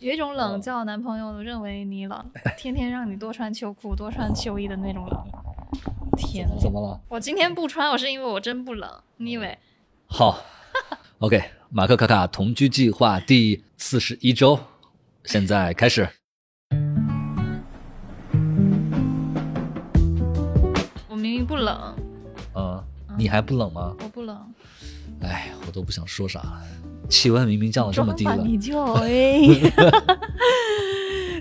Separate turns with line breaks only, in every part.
有一种
嗯
冷叫男朋友认为你冷， 天天让你多穿秋裤、多穿秋衣的那种冷。天呐，
怎么了？
我今天不穿，我是因为我真不冷。你以为？
好 ，OK，马克卡卡同居计划第四十一周，现在开始。
我明明不冷，
嗯，你还不冷吗？
我不冷，
哎，我都不想说啥了。气温明明降到这么低
装吧
了，
你就 哎，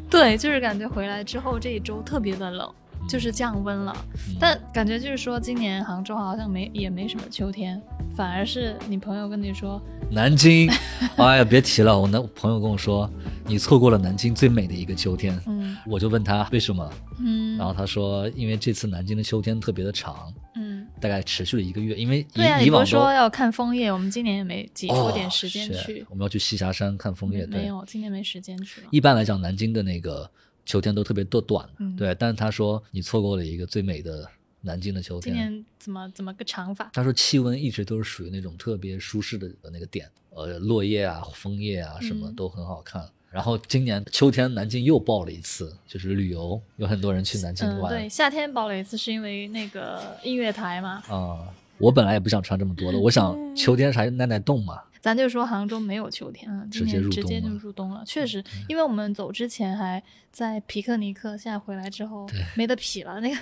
对，就是感觉回来之后这一周特别的冷，就是降温了。
嗯
但感觉就是说，今年杭州好像没也没什么秋天，反而是你朋友跟你说，
南京， 哎呀，别提了。我那朋友跟我说，你错过了南京最美的一个秋天。
嗯
我就问他为什么，
嗯，
然后他说，因为这次南京的秋天特别的长，
嗯，
大概持续了一个月，因为以、
对啊，
以
你不
往
是
都
说要看枫叶，我们今年也没挤出
哦
点时间
是
去，嗯
我们要去栖霞山看枫叶。
没
对，
有，今年没时间去了。
一般来讲，南京的那个秋天都特别的短，
嗯
对。但是他说你错过了一个最美的南京的秋
今
天。
年怎么怎么个长法？
他说气温一直都是属于那种特别舒适的那个点，呃，落叶啊、枫叶啊什么
嗯
都很好看。然后今年秋天南京又爆了一次，就是旅游有很多人去南京
嗯，
玩
对，夏天报了一次是因为那个音乐台嘛，
啊、我本来也不想穿这么多的，我想
嗯
秋天啥耐耐冻嘛。
咱就说杭州没有秋天，嗯，今
直接
年
入
直接
冬
就
了嗯
入冬了。确实，因为我们走之前还在皮克尼克，现在回来之后没得匹了，那个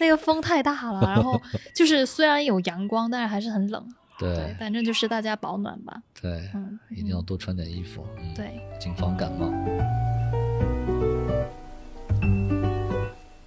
那个风太大了，然 后就是虽然有阳光，但是还是很冷。
对
反正就是大家保暖吧。
对，
嗯，
一定要多穿点衣服，嗯、，
对
谨防感冒。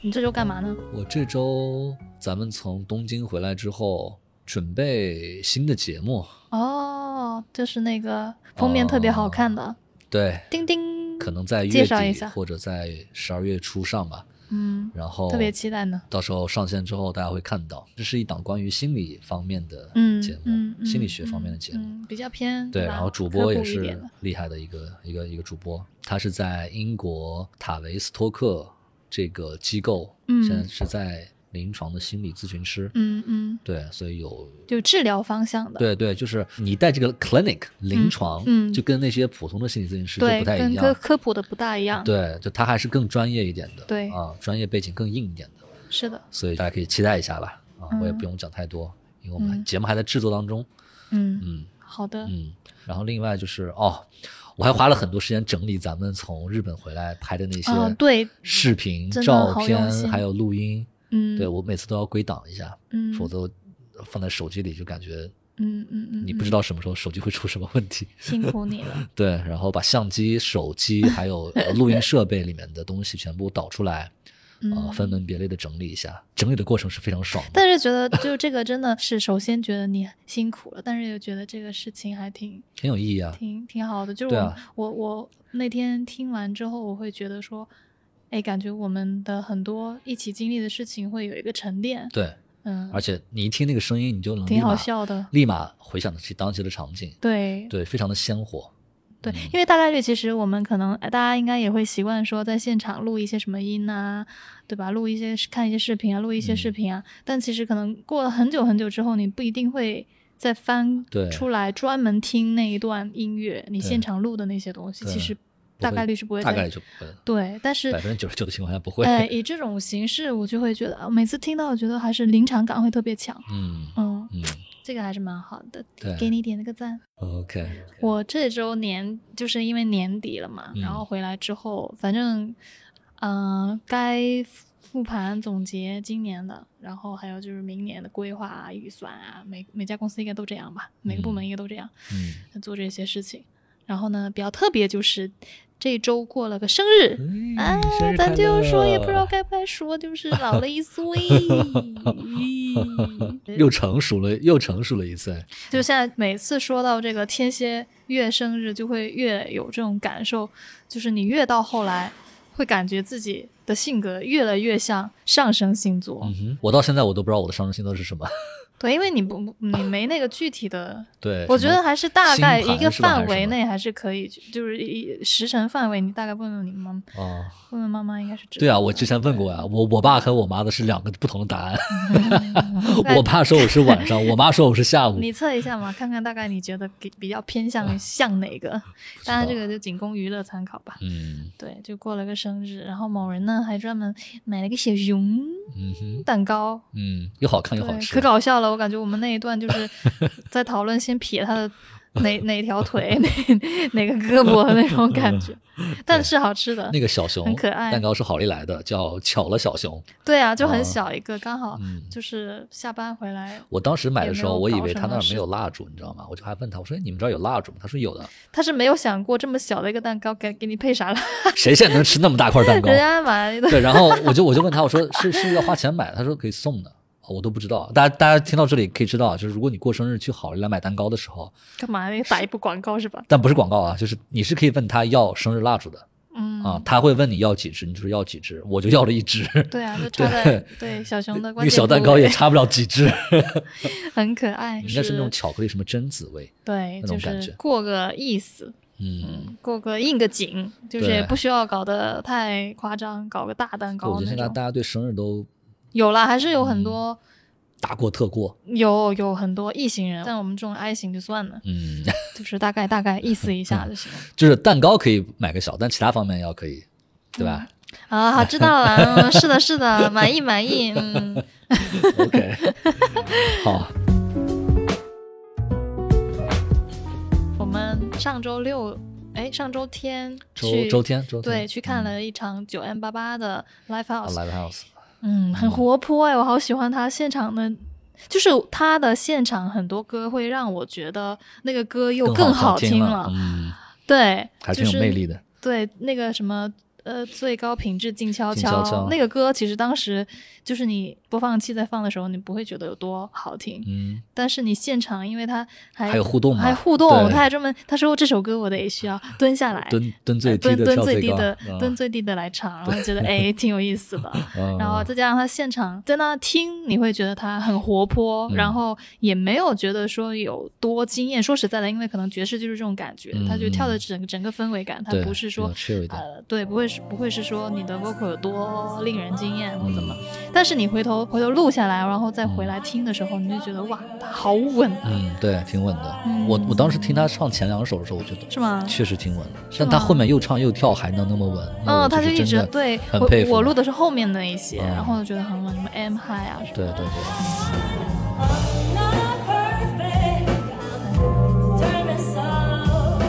你这周干嘛呢？
我这周咱们从东京回来之后，准备新的节目，
哦，就是那个封面特别好看的，
对，
丁丁，
可能在
介
月
绍一
底
下
或者在十二月初上吧。
嗯，
然后
特别期待呢。
到时候上线之后，大家会看到，这是一档关于心理方面的
嗯
节目，
嗯嗯
心理学方面的节目。
嗯，嗯比较偏
对，
吧
然后主
科
播
普
也
一点
是
的
厉害的一个一个一个主播，他是在英国塔维斯托克这个机构，
嗯
现在是在临床的心理咨询师，
嗯嗯，
对，所以有
有治疗方向的，
对对，就是你带这个 clinic 临床，
嗯
就跟那些普通的心理咨询师就
对，
不太一
跟科
样，
科普的不大一样。，
对，就他还是更专业一点的，
对
啊，专业背景更硬一点的。
是的，
所以大家可以期待一下吧。啊，我也
嗯
不用讲太多，因为我们还
嗯
节目还在制作当中。
嗯，
嗯
好的，
嗯。然后另外就是哦，我还花了很多时间整理咱们从日本回来拍的那
啊，
些
对，
视频、
真的
照
好用
片，
心
还有录音。
嗯，
对我每次都要归档一下，
嗯，
否则放在手机里就感觉
嗯嗯嗯，
你不知
道，
道什么时候手机会出什么问题。
辛苦你 了，
对，然后把相机、手机还有呃录音设备里面的东西全部导出来，啊，
嗯，
分门别类的整理一下。整理的过程是非常爽的。
但是觉得就这个真的是，首先觉得你辛苦了，但是又觉得这个事情还挺
挺有意义啊。
挺挺好的。就是
对
我、
啊
我我那天听完之后，我会觉得说，哎，感觉我们的很多一起经历的事情会有一个沉淀，
对，
嗯，
而且你一听那个声音，你就能立
挺好
马
笑的。
立马回想起当时的场景，
对
对，非常的鲜活。
对
嗯，
因为大概率其实我们可能呃大家应该也会习惯说在现场录一些什么音啊，对吧？录一些看一些视频啊，录一些视
嗯
频啊。但其实可能过了很久很久之后，你不一定会再翻
对
出来专门听那一段音乐，你
对
现场录的那些东西，
对
其实
不
大
会
概率是不会
大
再
概率就呃
对。但是
百分之九十九的情况下不会。
呃，以这种形式，我就会觉得啊每次听到，我觉得还是临场感会特别强。
嗯
嗯，
嗯
这个还是蛮好的
对，
给你点了个赞。
，OK，
我这周年就是因为年底了嘛，
嗯
然后回来之后，反正，嗯、该复盘总结今年的，然后还有就是明年的规划啊、预算啊，每每家公司应该都这样吧，每个部门应该都这样、
嗯
做这些事情。然后呢，比较特别就是这周过了个生日，
嗯
啊
生日，
咱
快
就说也
乐。
不知道该不该说，就是老了一岁
又成熟了，又成熟了一岁。
就现在每次说到这个天蝎越生日，就会越有这种感受，就是你越到后来，会感觉自己的性格越来越像上升星座。嗯
啊嗯哼，我到现在我都不知道我的上升星座是什么。
对，因为你不你没那个具体的，
对，
我觉
什
得
么
还是大概
星盘
一个
是吧
范
还是
围
什么
内还是可以去，就是一时辰范围，你大概问问你妈，
哦，
问问妈妈应该是知道。
对啊，我之前问过呀、我我爸和我妈的是两个不同的答案。
那
我爸说我是晚上，我妈说我是下午。
你测一下嘛，看看大概你觉得比比较偏
啊
向于向哪个？ 当然这个就仅供娱乐参考吧。
嗯
对，就过了个生日，然后某人呢还专门买了个小熊
嗯哼
蛋糕，
嗯，又好看又好
对，
吃，
可搞笑了。我感觉我们那一段就是 在讨论先撇他的哪哪条腿、哪哪个胳膊的那种感 觉，但是好吃的
那。个小熊
很可爱
蛋糕是好利来的，叫巧了小熊。
对啊，就很
哦
小一个，刚好
嗯
就是下班回来，
我当时买的时候，
也
我
没有
以为
搞
他那
什么
儿
事
没有蜡烛，你知道吗？我就还问他，我说：“哎你们这儿有蜡烛吗？”他说：“有的。
他是没有想过这么小的一个蛋糕给给你配啥了，”
谁现在能吃那么大块蛋糕
人？家买 一个
对，然后我就我就问他，我说：“是是要花钱买的？”他说：“可以送的。”哦我都不知道，大家大家听到这里可以知道，就是如果你过生日去好利来买蛋糕的时候，
干嘛那打一部广告是吧？
但不是广告啊，就是你是可以问他要生日蜡烛的
嗯
啊，他会问你要几支，你就说要几支，我就要了一支，
对 啊，就插在对小熊的
那
关
个
键
小
部
蛋糕
位
也差不了几支，
很可爱，
应该是那种巧克力什么榛子味，
对，
那
就
种感
是
觉
过个意思，
嗯，
过个应个景，就是也
对
不需要搞得太夸张，搞个大蛋
我
糕
觉得现在
那种。
大家对生日都
有啦，还是有很多、
大过特过，
有有很多 E 型人，像我们这种 I 型就算了，
嗯，
就是大概大概意思一下就行了。
就是蛋糕可以买个小，但其他方面要可以，对吧、
啊，好，知道 了，嗯，是的，是的，满意满意，嗯。
o k 好，
我们上周六，哎，上周天
周
去
周天周天
对去看
嗯
了一场九 M 八八的 Live
啊
House，
Live House，
嗯，很活泼哎、我好喜欢他现场的，就是他的现场很多歌会让我觉得那个歌又更
好
好
听
了，
嗯，
对，
还挺有
就是
魅力的，
对，那个什么。呃，最高品质静悄
静
悄
悄悄
那个歌，其实当时就是你播放器在放的时候，你不会觉得有多好听，
嗯，
但是你现场，因为他还
还有互动嘛
还互动，
对
他还专门他说这首歌我得需要蹲下来，
蹲蹲最低
哎蹲
的
蹲
跳
最低
高，
的、
嗯
蹲最低的来唱，然后觉得哎挺有意思的。
嗯
然后再加上他现场在那听，你会觉得他很活泼，
嗯
然后也没有觉得说有多惊艳。说实在的，因为可能爵士就是这种感觉，
嗯
他就跳的整个整个氛围感，他
对
不是说
比较 chill 一点
呃对，不会是不会是说你的 vocal 有多令人惊艳或怎么
嗯，
但是你回头回头录下来，然后再回来听的时候，你就觉得哇，他好稳，啊
嗯，对，挺稳的。
嗯
我我当时听他唱前两首的时候，我觉得
是吗？
确实挺稳的，
是
但他
吗
后面又唱又跳还能那么稳，那
嗯，
我
他
哦就
就是一
真
直
的
对
很
我
佩服。
我录的是后面那一些，
嗯
然后我觉得很稳，什么 M high 啊什么。
对对对，
Not perfect, turn us slow.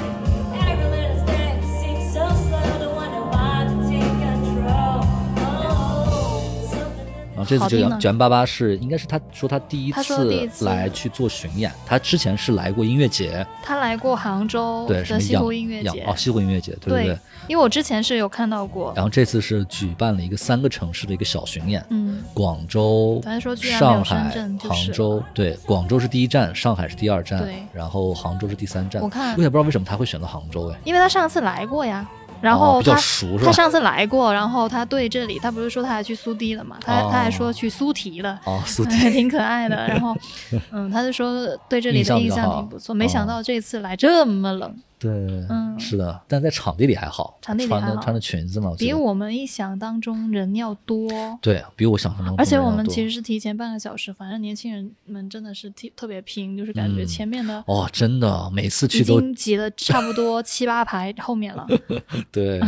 Every little step seems so slow. Don't wonder why to take control. Oh, something.
然后这次
好
就
听
要
呢
卷巴巴是应该是他说他第一
他说第一
次
次
来去做巡演，他之前是来过音乐节，
他来过杭州
对，
哦的
什么
西
养
湖音乐
养
节，
哦西湖音乐节，对对。
因为我之前是有看到过，
然后这次是举办了一个三个城市的一个小巡演，
嗯，
广州
咱说、居然没
上
有深
海、
圳就是
杭州，对，广州是第一站，上海是第二站
对，
然后杭州是第三站。
我看
我也不知道为什么他会选择杭州，哎，
因为他上次来过呀，然
哦
后
比较
他、
熟是吧
他上次来过，然后他对这里，他不是说他还去苏堤了嘛，他还、
哦
他还说去苏堤了。
哦，苏堤，
还挺可爱的，然 后，嗯，他就说对这里的
印象比
印
较
象
好
挺不错，没
哦
想到这次来这么冷，
对，
嗯
是的，但在场地里还好，
场地里
穿
还
的
好
穿的裙子嘛，我记
比
得
我们意想当中人要多。
对比我想象中，
而且我们其实是提前半个小时，反正年轻人们真的是特特别拼，就是感觉
嗯
前面的
哦，真的每次
已
去都
经挤了差不多七八排后面 了。
对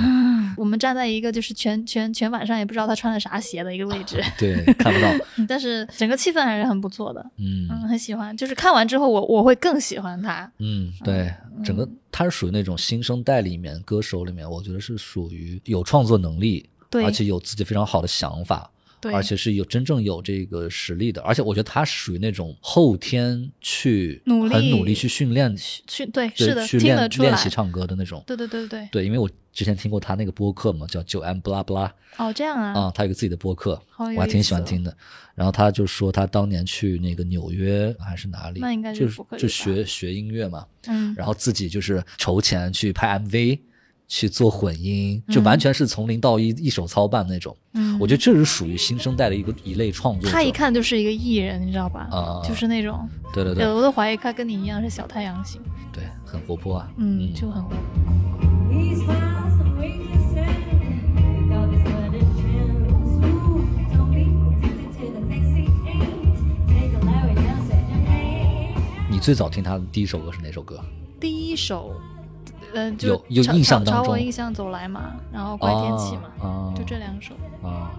我们站在一个就是全全全晚上也不知道他穿了啥鞋的一个位 置，
对看不到，
但是整个气氛还是很不错的， 嗯，
嗯
很喜欢。就是看完之后我，我会更喜欢他。
嗯，对，整个他是属于那种新生代里面歌手里面，我觉得是属于有创作能力，
对
而且有自己非常好的想法，
对，
而且是有真正有这个实力的，而且我觉得他是属于那种后天去
努力
很努力去训练，
去对
对
是的，
去
听
练
得出
练
来。
习唱歌的那种。
对对对对，
对，因为我之前听过他那个播客嘛，叫九 M 不拉不拉
哦，这样啊，
啊，他有个自己的播客，
好有
我还挺喜欢
意思哦
听的。然后他就说他当年去那个纽约还是哪里，
那应该是
就
伯克利
就
吧
学学音乐嘛，
嗯，
然后自己就是筹钱去拍 MV。去做混音，就完全是从零到一一手操办那种。
嗯，
我觉得这是属于新生代的一个一类创作者。
他一看就是一个艺人，你知道吧？
啊
就是那种，呃
对对对
我都怀疑他跟你一样是小太阳型，
对，很活泼啊。
嗯，就很。
These wild, some wages send. Dog is blood and chills. Ooh, don't be tempted to the fancy things. Take a Larry Nelson and hang.
你最早听他的第一首歌是哪首歌？
第一首，呃，就
有有
朝
印
朝
象当
朝我
中
印象走来嘛，然后怪天气嘛，
啊
就这两首。
啊，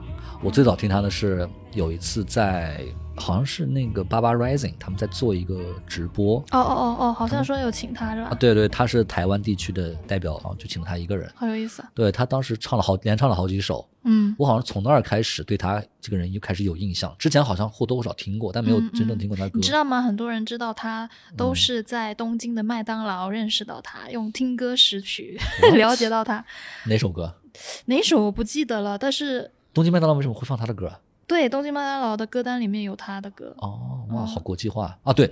我最早听他的是有一次在，好像是那个 Baba Rising 他们在做一个直播
哦哦哦哦，好像说有请他是吧？
啊，对对，他是台湾地区的代表，啊，就请了他一个人。
好有意思啊。
对他当时唱了好连唱了好几首，
嗯
我好像从那儿开始对他这个人又开始有印象，之前好像或多或少听过，但没有
嗯嗯
真正听过他的歌。嗯
你知道吗？很多人知道他都是在东京的麦当劳认识到他，用听歌识曲 了解到他。
哪首歌？
哪首我不记得了，但是
东京麦当劳为什么会放他的歌啊？
对东京麦当劳的歌单里面有他的歌。
哦，哇，
嗯
好国际化啊！对，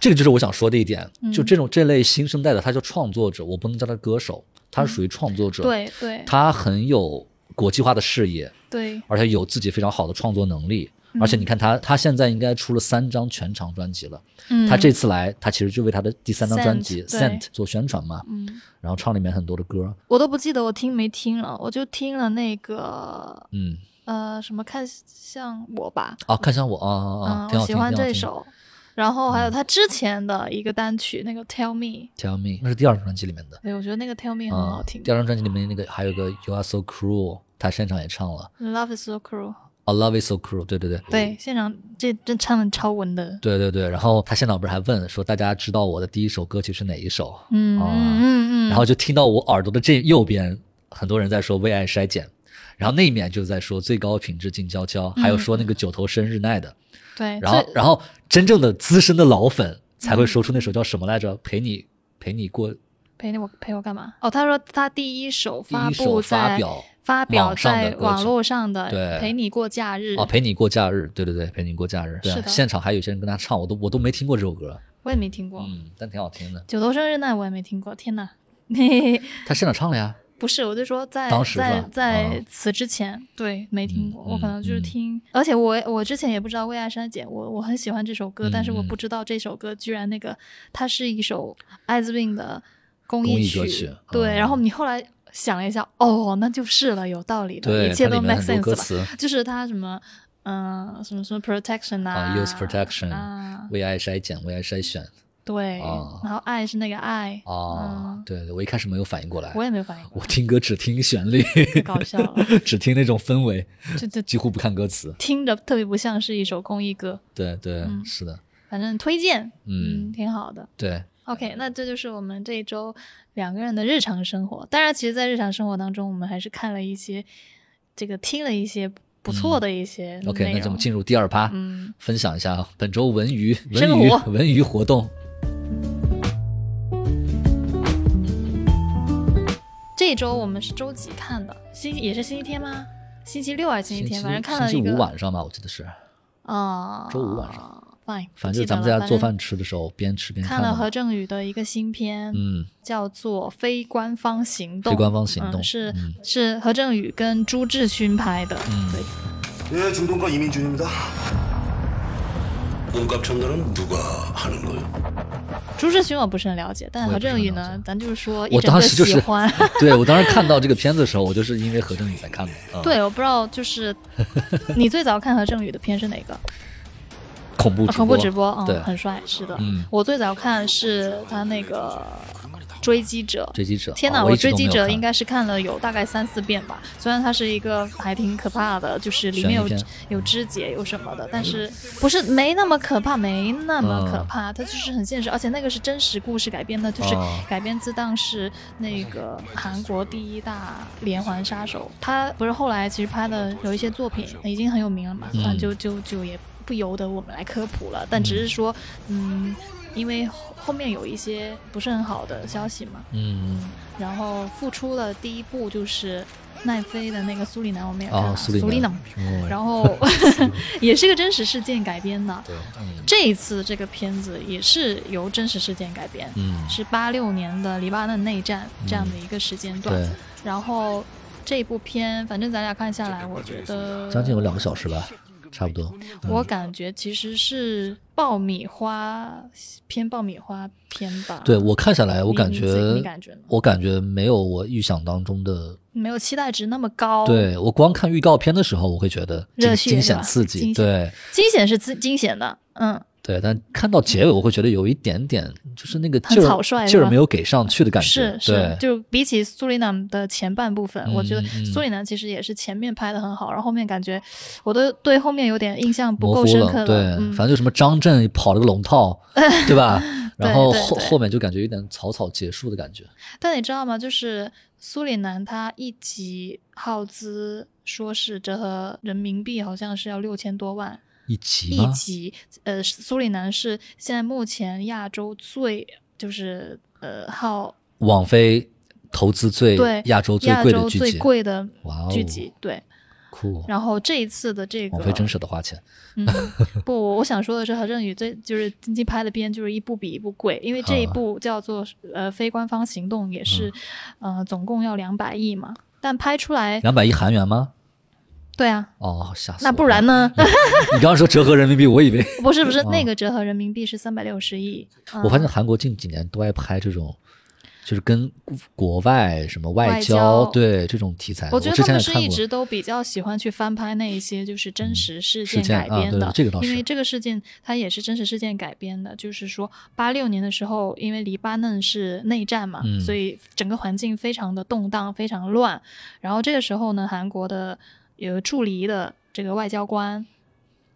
这个就是我想说的一点，就
嗯
这种这类新生代的，他叫创作者，我不能叫他歌手，他是属于创作者，
嗯对对
他很有国际化的视野，
对，
而且有自己非常好的创作能力。
嗯
而且你看他，他现在应该出了三张全长专辑了。
嗯，
他这次来，他其实就为他的第三张专辑《
Scent，对
Scent》做宣传嘛，
嗯，
然后唱里面很多的歌，
我都不记得我听没听了，我就听了那个
嗯，
呃什么看像我吧，
啊，看向我啊啊啊，挺
嗯我喜
好听，
欢
挺好
这
听。嗯
首。然后还有他之前的一个单曲，那个 Tell Me，
Tell me，那是第二张专辑里面的。
对我觉得那个 Tell Me 很
啊
嗯好，听。
第二张专辑里面那个还有个 You Are So Cruel，他现场也唱了。
Love is so cruel，
I Love Is So Cruel，对对对，
对，现场这这唱的超文的，
对对对。然后他现场不是还问说大家知道我的第一首歌曲是哪一首？
嗯
啊
嗯嗯嗯，
然后就听到我耳朵的这右边很多人在说为爱筛检，然后那一面就在说最高品质静悄悄，还有说那个九头身日奈的。
嗯对，
然
最
后
嗯
然后真正的资深的老粉才会说出那首叫什么来着？陪你陪你过
陪你我陪我干嘛？哦，他说他第一首
第
发
一
布
首发
在
表
发表
网上的
在
歌曲
网络上的
对
陪你过假日
啊，，陪你过假日，对对对，陪你过假日，
嗯
对、
是
啊，
的
现场还有些人跟他唱，我都我都没听过这首歌，
我也没听过。
嗯，但挺好听的。
九头生日那我也没听过，天 哪！
他现场唱了呀，
不是，我就说在
当时是
在
吧
在
嗯
此之前，对，没听过。
嗯
我可能就是
嗯
听，而且我我之前也不知道《为爱删减》，我我很喜欢这首歌，
嗯
但是我
嗯
不知道这首歌居然那个它是一首艾滋病的公
公益
曲。
歌曲
对，
嗯
然后你后来想了一下，哦，那就是了，有道理的，
对，
一切
它
都
里面
make
很多
sense
歌
了。
词
就是它什么，嗯、什么什么 protection 啊
啊，use protection，、
啊，
为爱筛检，为爱筛选
对，
啊
然后爱是那个爱，
啊，
嗯
对对，我一开始没有反应过来，
我也没有反应过
我，听歌只听旋律，
太搞笑了，
只听那种氛围，
就就
几乎不看歌词。
听着特别不像是一首公益歌，
对对，
嗯
是的，
反正推荐，
嗯
挺好的。
对，
OK，那这就是我们这一周两个人的日常生活。当然，其实，在日常生活当中，我们还是看了一些这个听了一些不错的一些嗯内容。
嗯 OK，那咱们进入第二趴，
嗯，
分享一下本周文娱文
生
娱
活
文娱活动。
这一周我们是周几看的？星期也是星期天吗？星期六还是星期
星期
天？反正看了
星
一
期
个
五晚上吧，我记得是，
啊，
周五晚上。
fine，
反正
不记
就是咱
得
们
了
在做
反
饭吃的时候边吃边
正看
嘛
了何振宇的一个新片，
嗯，
叫做《非官方行动》。
非官方行动
嗯、是、
嗯
是何振宇跟朱志勋拍的。
嗯
对，
예, 중동과 이민 중입니다.
몸값 전달은 누가 하는 거예요?
朱志勋我不是很了解，但
我也
何
不是
振
很
宇
了
呢
解，
咱就是说一
我
整
当
个
时就是
喜欢。，
对我当时看到这个片子的时候，我就是因为何正宇才看的。嗯、，
对，我不知道，就是你最早看何振宇的片是哪个？
恐怖
啊
直播，
恐怖直播，
对
嗯，，很帅，是的。
嗯
我最早看是他那个《追击者》。
追击者。
天
哪，
哪！
我一直
追
都没
击
有
者》
看
应该是看了有大概三四遍吧。虽然它是一个还挺可怕的，就是里面
悬疑
有
片
有肢解有什么的，但是不是没那么可怕，没那么
嗯
可怕，它就是很现实，而且那个是真实故事改编的，就是
哦
改编自当时那个韩国第一大连环杀手，他不是后来其实拍的有一些作品已经很有名了嘛，
嗯
反正就就就也不由得我们来科普了，但只是说，嗯，因为后后面有一些不是很好的消息嘛。
嗯，
然后复出的第一部就是奈飞的那个苏里南，我们也看了、
啊，苏里
苏里南
南，，嗯
然 后也是个真实事件改编的。
对，嗯
这一次这个片子也是由真实事件改编，
嗯，
是八六年的黎巴嫩内战这样的一个时间段。
对，
然后这部片，反正咱俩看下来，我觉得
将近有两个小时吧，差不多。
我感觉其实是爆米花偏爆米花偏吧。
对我看下来，我
你
感
你
觉
自己你感觉呢
我感觉没有我预想当中的。
没有期待值那么高。，
对我光看预告片的时候，我会觉得惊
哦热血
惊
是
险
吧
刺激，
惊险
对
惊险是自惊险的，嗯，
对。但看到结尾，我会觉得有一点点就是那个
很
劲
草率
儿
是
劲儿
吧
没有给上去的感觉
是，是
对，，
就比起苏里南的前半部分，我觉得
嗯嗯
苏里南其实也是前面拍的很好，然后后面感觉我都对后面有点印象不
模
够
糊
深
了
刻，
对，
嗯，
反正就什么张震跑了个龙套， 对吧？然后
对对
后
对
后面就感觉有点草草结束的感觉，
但你知道吗？就是苏里南他一集耗资说是折合人民币好像是要六千多万
一集
一
吗？
集，呃，苏里南是现在目前亚洲最就是呃耗
网飞投资最
对
亚洲最
亚
贵的
洲
剧
最
集，
贵的
哇哦
剧集，对。
酷，
然后这一次的这个
网飞真舍得花钱，
嗯，不，我我想说的是，何振宇最就是近期拍的片，就是一部比一部贵，因为这一
啊
部叫做呃《非官方行动》，也是、呃总共要两百亿嘛，但拍出来
嗯两百亿韩元吗？
对啊，
哦，吓死我了！嗯
那不然呢？
你刚刚说折合人民币，我以为
不是不是，那个折合人民币是三百六十亿。
嗯我发
嗯
现韩国近几年都爱拍这种，就是跟国外什么外
外交
对这种题材。
我
我
觉得
之
他
前
们
也
是
看
一
过嗯
直都比较喜欢去翻拍那一些就是真实事
事件
改编的，
啊对这个倒是
因为这个事件它也是真实事件改编的。就是说，八六年的时候，因为黎巴嫩是内战嘛，
嗯
所以整个环境非常的动荡，非常乱。然后这个时候呢，韩国的有驻黎的这个外交官，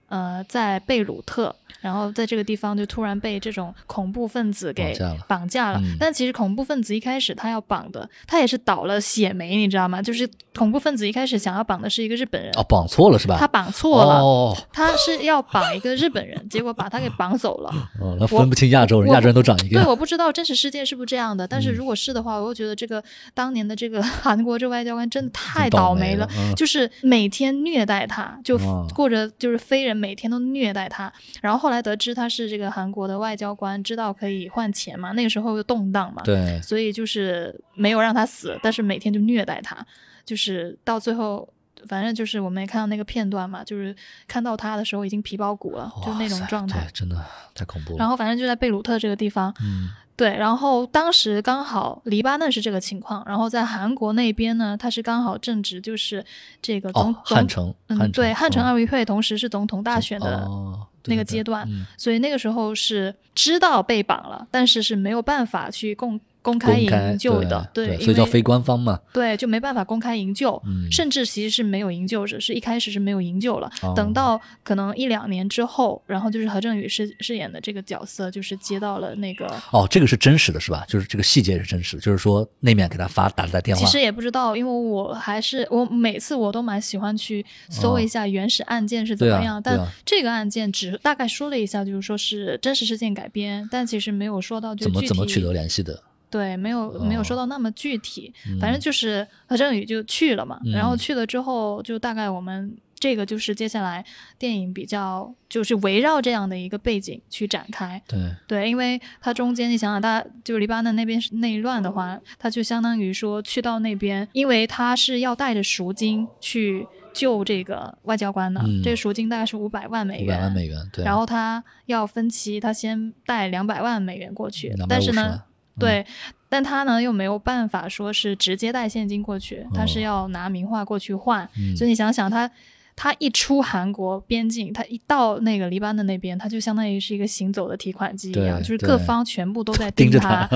呃，在贝鲁特，然后在这个地方就突然被这种恐怖分子给
绑架了
绑架了。
嗯
但其实恐怖分子一开始他要绑的，他也是倒了血霉，你知道吗？就是恐怖分子一开始想要绑的是一个日本人，
哦，绑错了是吧？
他绑错了，
哦，
他是要绑一个日本人，结果把他给绑走了。
哦那分不清亚洲人，
我
亚洲人都长一个
对，
样。嗯
我不知道真实事件是不是这样的，但是如果是的话，我又觉得这个当年的这个 韩国这外交官真的太倒霉了，
倒霉了嗯
就是每天虐待他，就
哦
过着就是非人每天都虐待他。然后后来得知他是这个韩国的外交官，知道可以换钱嘛，那个时候又动荡嘛，
对，
所以就是没有让他死，但是每天就虐待他，就是到最后。反正就是我们也看到那个片段嘛，就是看到他的时候已经皮包骨了，就是那
哇
种
塞
状态
对，。真的太恐怖了。
然后反正就在贝鲁特这个地方，
嗯，
对，然后当时刚好黎巴嫩是这个情况，然后在韩国那边呢，它是刚好正值就是这个总、
哦，汉城，
总
汉
嗯对汉城
哦
奥运会同时是总统大选的
哦对
那个
对对
阶段，
嗯
所以那个时候是知道被绑了，但是是没有办法去公公开
公开
营救的，
对，
因
所以叫
为
非官方嘛。
对，就没办法公开营救，
嗯
甚至其实是没有营救者，是一开始是没有营救了。
哦
等到可能一两年之后，然后就是何振宇饰饰演的这个角色，就是接到了那个，
哦，这个是真实的，是吧？就是这个细节是真实的，就是说那面给他发打了打电话，
其实也不知道，因为我还是我每次我都蛮喜欢去搜
哦
一下原始案件是怎
对
么
啊
样，
对
但
啊
这个案件只大概说了一下，就是说是真实事件改编，但其实没有说到就
怎么
具
怎么
体
取得联系的？
对，没有没有说
哦
到那么具体，反正就是何振宇就去了嘛，然后
嗯
去了之后就大概我们这个就是接下来电影比较就是围绕这样的一个背景去展开，
对，
对，因为它中间你想想，它就黎巴嫩那边是内乱的话，它就相当于说去到那边，因为他是要带着赎金去救这个外交官的，
嗯
这个赎金大概是五百万美
五
元，
百万美元，对，
然后他要分期，他先带两百万美元过去，但是
250
呢
万，嗯
对，但他呢又没有办法说是直接带现金过去，他是要拿名画过去换。
哦嗯
所以你想想他。他一出韩国边境，他一到那个黎巴嫩那边，他就相当于是一个行走的提款机一样，
对
就是
对
各方全部都在
盯着
他，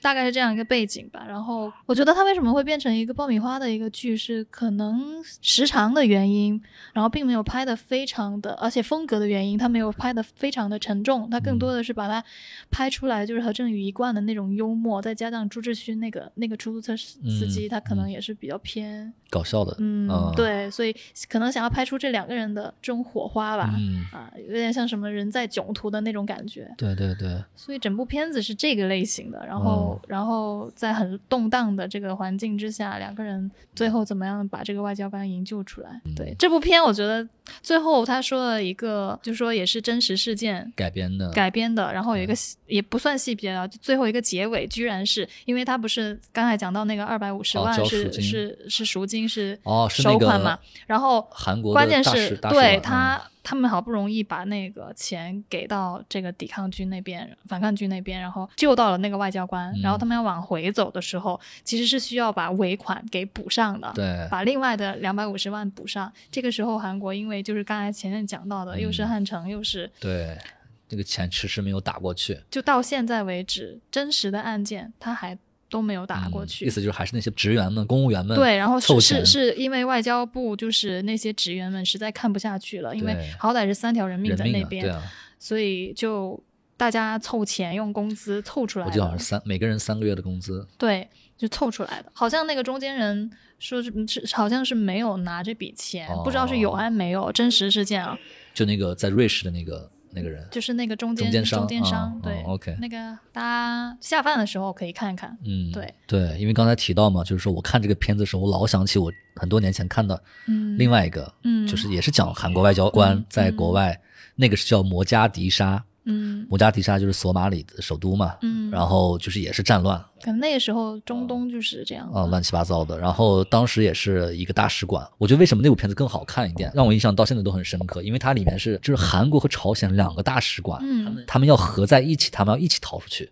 大概是这样一个背景吧。然后我觉得他为什么会变成一个爆米花的一个剧，是可能时长的原因，然后并没有拍的非常的，而且风格的原因，他没有拍的非常的沉重，他
嗯
更多的是把它拍出来，就是何振宇一贯的那种幽默，再加上朱志勋那个那个出租车司司机，
嗯
他可能也是比较偏，
搞笑的，
嗯，
嗯，
对，所以可能想要拍拍出这两个人的这种火花吧，
嗯，
啊，有点像什么人在囧途的那种感觉。
对对对，
所以整部片子是这个类型的，然后、
哦
然后在很动荡的这个环境之下，两个人最后怎么样把这个外交官营救出来？
嗯
对这部片，我觉得最后他说了一个，就说也是真实事件
改嗯编的，
改编的，然后有一个细也不算细节啊，就最后一个结尾居然是因为他不是刚才讲到那个二百五十
哦
万
交赎
是、
金
是是赎金是
哦是那
首
个
款嘛，然后
韩国的
关键
大
是
使大使
对
馆嗯
他、他们好不容易把那个钱给到这个抵抗军那边反抗军那边，然后救到了那个外交官，
嗯
然后他们要往回走的时候，其实是需要把尾款给补上的，
对，
把另外的两百五十万补上。这个时候韩国因为就是刚才前面讲到的，又是
嗯
汉城又是。
对，那个钱迟迟没有打过去，
就到现在为止，真实的案件他还都没有打过
嗯
去。
意思就是还是那些职员们、公务员们
对，然后
凑
是
钱
是是因为外交部就是那些职员们实在看不下去了，因为
对
好歹是三条人命
人
在
命
那
啊，
边，
对啊，
所以就大家凑钱用工资凑出来
我
的。
记得好像是三每个人三个月的工资，
对，就凑出来的。好像那个中间人说是嗯是好像是没有拿这笔钱，不知道是有
哦
还没有。真实事件啊，
就那个在瑞士的那个那个人，
就是那个中间
中间商啊
对、
哦，OK
那个大家下饭的时候可以看看。
嗯，
对
对，因为刚才提到嘛，就是说我看这个片子的时候，我老想起我很多年前看的
嗯，
另外一个，
嗯
就是也是讲韩国外交官
嗯
在国外，那个是叫摩加迪沙，
嗯
摩加迪沙就是索马里的首都嘛，
嗯，
然后哦就是也是战乱啊、
可能那个时候中东就是这样吧
乱七八糟的，然后当时也是一个大使馆，我觉得为什么那部片子更好看一点，让我印象到现在都很深刻，因为它里面是就是韩国和朝鲜两个大使馆，
嗯
他们要合在一起，他们要一起逃出去，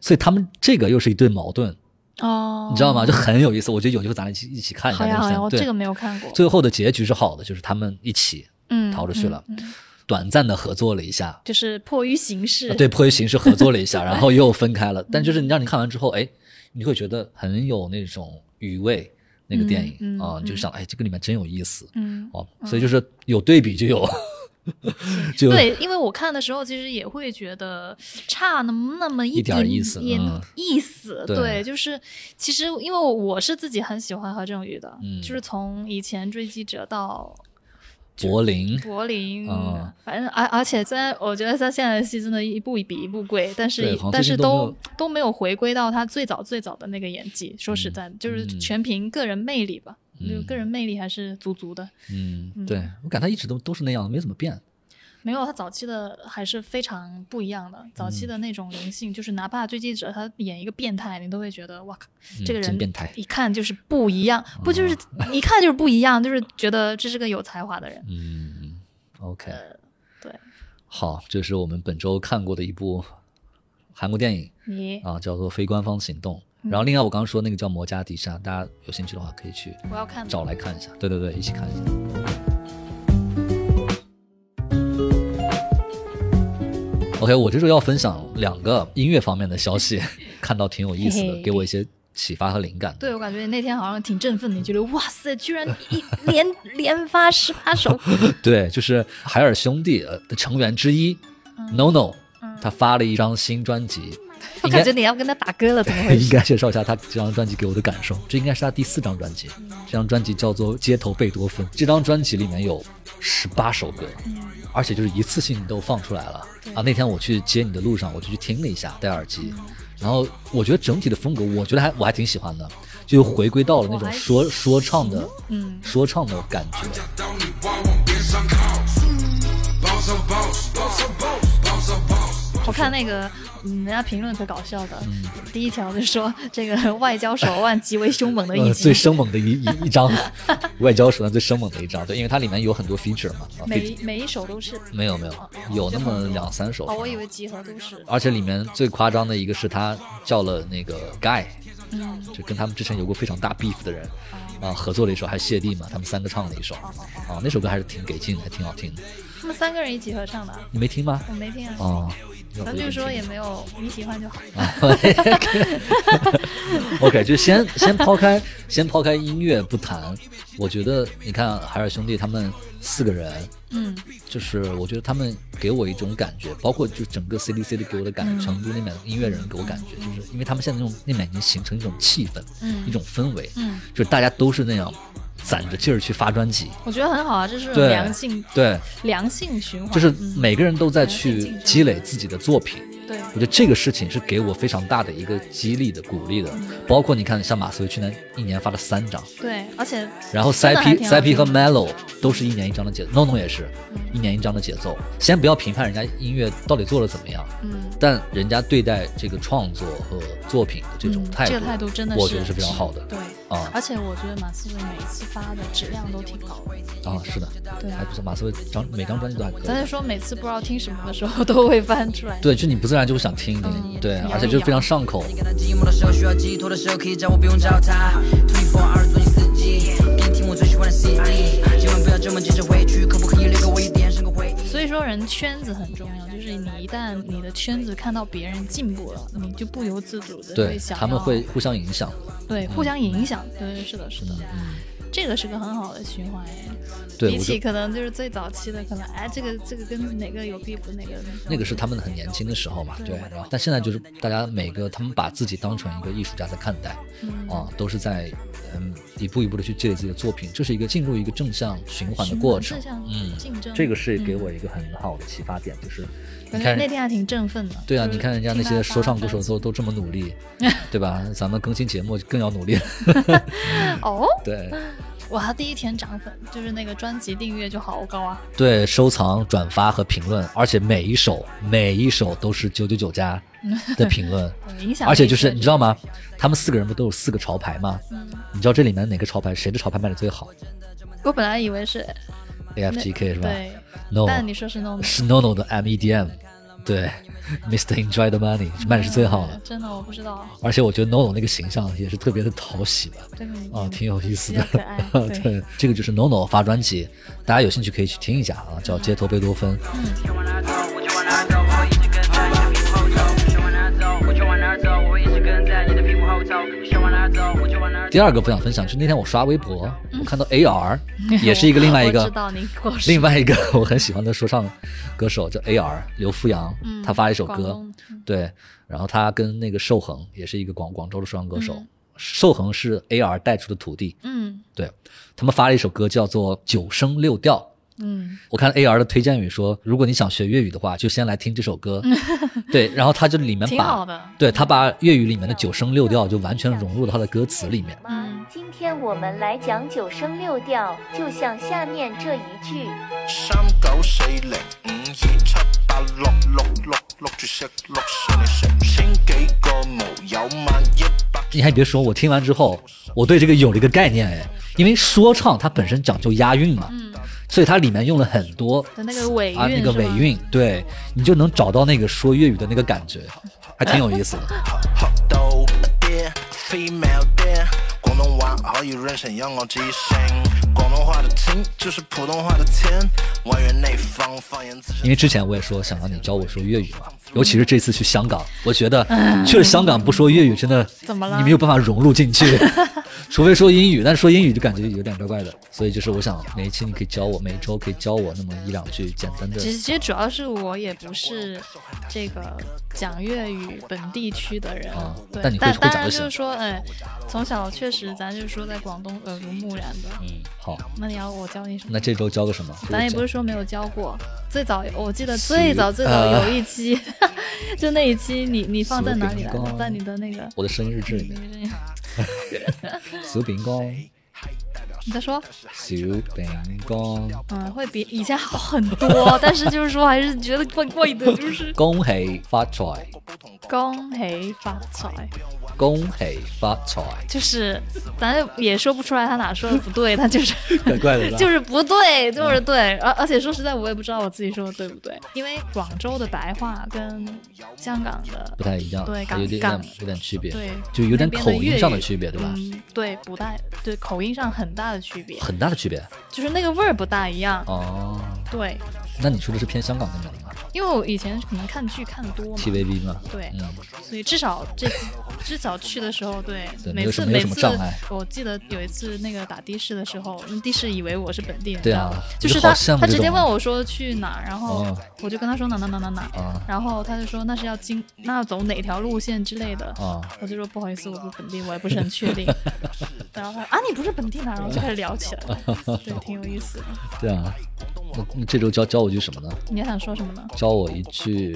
所以他们这个又是一对矛盾，
哦，
你知道吗？就很有意思。我觉得有机会咱俩一起一起看一下
好
那
呀好
三
呀，我
对
这个没有看过，
最后的结局是好的，就是他们一起
嗯
逃出去了，
嗯嗯嗯
短暂的合作了一下，
就是迫于形势，
啊对，迫于形势合作了一下，然后又分开了。但
嗯
就是你让你看完之后，哎，你会觉得很有那种余味。那个电影
嗯
啊、
嗯
你就想，哎，这个里面真有意思
嗯，
哦。所以就是有对比就 有，就有
对，因为我看的时候其实也会觉得差那么那么
一点
点
儿意思
也
嗯
意思，
对
对，就是其实因为我是自己很喜欢何正宇的，
嗯
就是从以前追击者到
柏林，
柏林，
嗯
反正而而且虽然我觉得他现在的戏真的一步比一步贵，但是
对
一
好像
但
最
是
近都没
都
有
都没有回归到他最早最早的那个演技。说实在的，就是
嗯
全凭个人魅力吧，
嗯
就个人魅力还是足足的。
嗯，对我感觉他一直都都是那样，没怎么变。
没有他早期的还是非常不一样的，早
嗯
期的那种人性，就是哪怕追击者他演一个变态，你都会觉得哇靠，
嗯
这个
真
人
变态哦
一看就是不一样，不 就是一看就是不一样，就是觉得这是个有才华的人。
嗯，OK，
呃对，
好，这是我们本周看过的一部韩国电影
你
啊，叫做《非官方行动》。然
嗯
后，另外我刚刚说那个叫《摩加迪沙》，大家有兴趣的话可以去
我要看的
找来看一下。对对对，一起看一下。OK，我这周要分享两个音乐方面的 消息，看到挺有意思
嘿
的，
嘿
给我一些启发和灵感。
对，我感觉你那天好像挺振奋的，你觉得哇塞，居然一连连发十八 首，
对，就是海尔兄弟呃的成员之一、No No，
嗯
他发了一张新专辑，
我
应该
感觉你要跟他打歌了， 怎么回
应
事？
该介绍一下他这张专辑给我的感受。这应该是他第四张专辑，
嗯
这张专辑叫做《街头贝多芬》。这张专辑里面有十八首歌，
嗯
而且就是一次性都放出来了啊！那天我去接你的路上，我就去听了一下，戴耳机，
嗯
然后我觉得整体的风格，我觉得还我还挺喜欢的，就回归到了那种说说唱的，
嗯
说唱的感觉。
我看那个嗯，人家评论可搞笑的，
嗯
第一条就说这个外交手腕极为凶猛的一
呃，最
击，
生猛的一一 一张外交手段最生猛的一张，对，因为它里面有很多 feature 嘛，啊
每
feature-
一每一首都是。
没有没有
哦
有那么两三首
哦，，我以为集合都是。
而且里面最夸张的一个是他叫了那个 Guy，
嗯，
就跟他们之前有过非常大 beef 的人啊合作了一首，还谢帝嘛，他们三个唱了一首啊，那首歌还是挺给劲的，还挺好听的，
他们三个人一起合唱的，啊
你没听吗？
我没听啊。
哦，要不
咱就
一定
说
听
也没有，你喜欢就好。
OK，就先先抛开先抛开音乐不谈，我觉得你看海尔兄弟他们四个人，
嗯，
就是我觉得他们给我一种感觉，包括就整个 CDC 的给我的感
嗯
觉，成都那边音乐人给我感觉，就是因为他们现在那种那边已经形成一种气氛，
嗯
一种氛围，
嗯
就是大家都是那样攒着劲儿去发专辑。
我觉得很好啊，这是
对
良性
对，
良性循环，
就是
嗯
每个人都在
良性
去
竞争
积累自己的作品。
对
我觉得这个事情是给我非常大的一个激励的、鼓励的。
嗯
包括你看，像马思唯去年一年发了三张，
对，而且
然后
真
C
的嗯还
P
挺好
C P 和
听
Mellow 都是一年一张的节，No No 也是一年一张的节奏。先不要评判人家音乐到底做的怎么样，
嗯
但人家对待这个创作和作品的这种
嗯
态度，
这个态度真的
我觉得是非常好的。
对
啊
而且我觉得马思唯每一次发的质量都挺高的。
啊，是的，
对啊
还不错。马思唯张每张专辑都还可以。
咱就说每次不知道听什么的时候 都会翻出来。
对，就你不自然就会想听一听，
嗯
对
摇，一
而且就是非常上口。
你感到寂寞的时候需要寄托的时候，可以叫我不用找他。24二十四四季，边听我最喜欢的 CD。千万不要这么急着回去，可不可以留给我一点深刻回忆？
所以说，人圈子很重要，就是你一旦你的圈子看到别人进步了，你就不由自主的
对，
想要
他们会嗯互相影响。
对互相影响，对，是的，是的，嗯这个是个很好的循环哎。
嗯对
比
我
起
就
可能就是最早期的，可能哎，这个这个跟哪个有 beef，哪个
那个是他们很年轻的时候嘛，
对
对，然后但现在就是大家每个他们把自己当成一个艺术家在看待，啊，都是在嗯一步一步的去积累自己的作品，这是一个进入一个正向循环的过程
这。项
嗯，
竞争，
这个是给
嗯
我一个很好的启发点，就是你
感觉
看
那天还挺振奋的。
对啊，
就是
你看人家
听
那
他
些
发
说唱歌手
专辑
都都这么 努力，对吧？咱们更新节目更要努力。
哦，
对
哇，他第一天涨粉，就是那个专辑订阅就好高啊！
对，收藏、转发和评论，而且每一首每一首都是九九九加的 评论，
影响力
而且就是
真
你知道吗？他们四个人不都有四个潮牌吗？
嗯
你知道这里面哪个潮牌谁的潮牌卖的最好
我本来以为是
？A F G K 是吧
对
？No，
但你说是 no，
是 No No 的 M E D M，对，Mr Enjoy the Money 卖的是最好的，
真的我不知道
而且我觉得 No No 那个形象也是特别的讨喜吧。
这个名字
啊，挺有意思的
比较可爱。 对
这个就是 NONO 发专辑，大家有兴趣可以去听一下啊，
嗯
叫《街头贝多芬》。
就往哪走，我就往哪走，我会一直跟在你的屁股后头。你想往哪走，我就往哪走，我会一直跟在你的屁股后头。你想往哪走，我就往哪走。
第二个不想分享，就那天我刷微博，我看到 AR，也是一个另外一
嗯我
个
知道你给我说
另外一个我很喜欢的说唱歌手叫 AR 刘富阳，
嗯
他发了一首
广
歌
东，
对，然后他跟那个寿恒也是一个广广州的说唱歌手，寿恒是 AR 带出的徒弟，
嗯
对他们发了一首歌叫做《九声六调》。
嗯，
我看 AR 的推荐语说，如果你想学粤语的话，就先来听这首 歌。对，然后他就里面
挺好
把，
的。
对他把粤语里面的九声六调就完全融入到他的歌词里面。
嗯
今天我们来讲九声六调，就像下面这一句。
三九四零五二七八六六六六住食六上嚟食，千幾個無有萬一百。
你还别说，我听完之后，我对这个有了一个概念哎，因为说唱它本身讲究押韵嘛，所以它里面用了很多
嗯的那个尾韵
啊那个
是
尾
吗
韵，对你就能找到那个说粤语的那个感觉，还挺有意 思的。
學到一啲 female 啲，廣東話可以潤成音樂之聲。廣東話的聽就是普通話的天，還原內方方言自身
因为之前我也说想让你教我说粤语嘛，尤其是这次去香港，我觉得去了香港不说粤语真的
嗯怎么了
你没有办法融入 进去，除非说英语，但是说英语就感觉有点怪怪的。所以就是我想每一期你可以教我，每一周可以教我那么一两句简单的。
其实，其实主要是我也不是这个讲粤语本地区的人，
啊
对，
但
但
你会会
当
讲
然
就
就是
行
说，哎，从小确实咱就说在广东耳濡目染的。
嗯，好，
那你要我教你什么？
那这周教个什么？
咱也不是说没有教过，最早我记得最早最早
呃
有一期， 就那一期你你放在哪里来
随
着？
便
在你的那个，
我的声音日志里面，小饼干，
你在说，
小饼干，
嗯，会比以前好很多， 但是就是说还是觉得怪怪的，就是
恭喜发财，
恭喜发财，
恭喜发财，
就是咱也说不出来他哪说的不对，他 就是。
怪怪的吧？
就是不对，
嗯
就是对，而而且说实在，我也不知道我自己说的对不对，因为广州的白话跟香港的
不太一样，
对
还
港
有点有点
港
有点区别，
对，
就有点
那边
口
的粤
音上的
语
区别，对吧？
嗯，对，不大，对，口音上很大的区别，
很大的区别
就是那个味儿不大一样。
哦。
对，
那你说的是偏香港那边的吗
因为我以前可能看剧看的多嘛，
？TVB 吗？
哦对，
嗯，
所以至少这至少去的时候，对，
对没
每
有
次
什么
每
没有什么
次
障碍，
我记得有一次那个打的士的时候，那的士以为我是本地人，
对啊
你知道吧就
我就是好
他
羡慕
他
这
直接
种
问我说去哪儿，然后
哦
我就跟他说哪哪哪哪哪
啊，
然后他就说那是要经那要走哪条路线之类的，
啊
我就说不好意思，我不是本地，我也不是很确 定，然后他说啊你不是本地哪，然后就开始聊起来了，对，挺有意思的。
对啊，那那这周教教我句什么呢？
你还想说什么呢？
教我一句，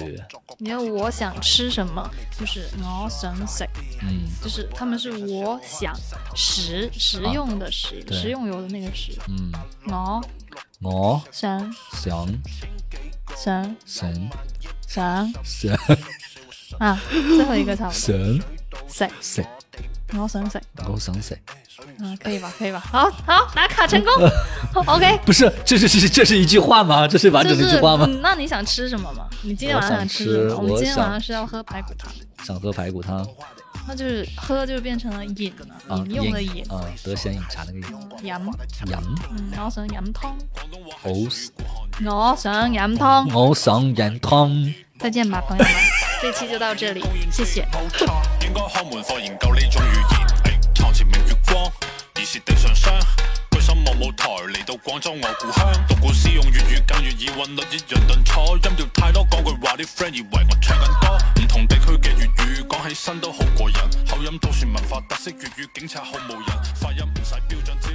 你要我想吃什么，就是我想食，
嗯，
就是他们是我想食食用的食，
啊对
食用油的那个食。
嗯，
我
我
想
想
想
神
想
神
啊， 最后一个差不多。
神
食，
神，
我想食
我想神，
啊，可以吧？可以吧？好好，打卡 成功。OK，
不是，这是这是这是一句话吗？这是完
就
整的一
是
句话吗？
嗯那你想吃什么吗？你今天晚上
我想
吃什
吃
么？我们
我
今天晚上
想
是要喝排骨汤，
想喝排骨汤
那就是喝就变成了饮了，
啊，
饮用的饮
饮，啊，德贤饮茶那个饮，
饮。
羊，
嗯，我想饮汤，
我
我想饮汤。
我想饮汤。
再见吧，朋友们，这期就到这里，谢谢。
冇錯，應該開門課研究呢種語言。誒，床前明月光，疑是地上霜。居心望舞台，嚟到廣州我故鄉。讀古詩用粵語間粵語韻律一樣頓挫，音調太多講句話，啲 friend 以為我唱緊歌。唔同地區嘅粵語講起身都好過癮，口音都算文化特色，粵語警察好無人，發音唔使標準。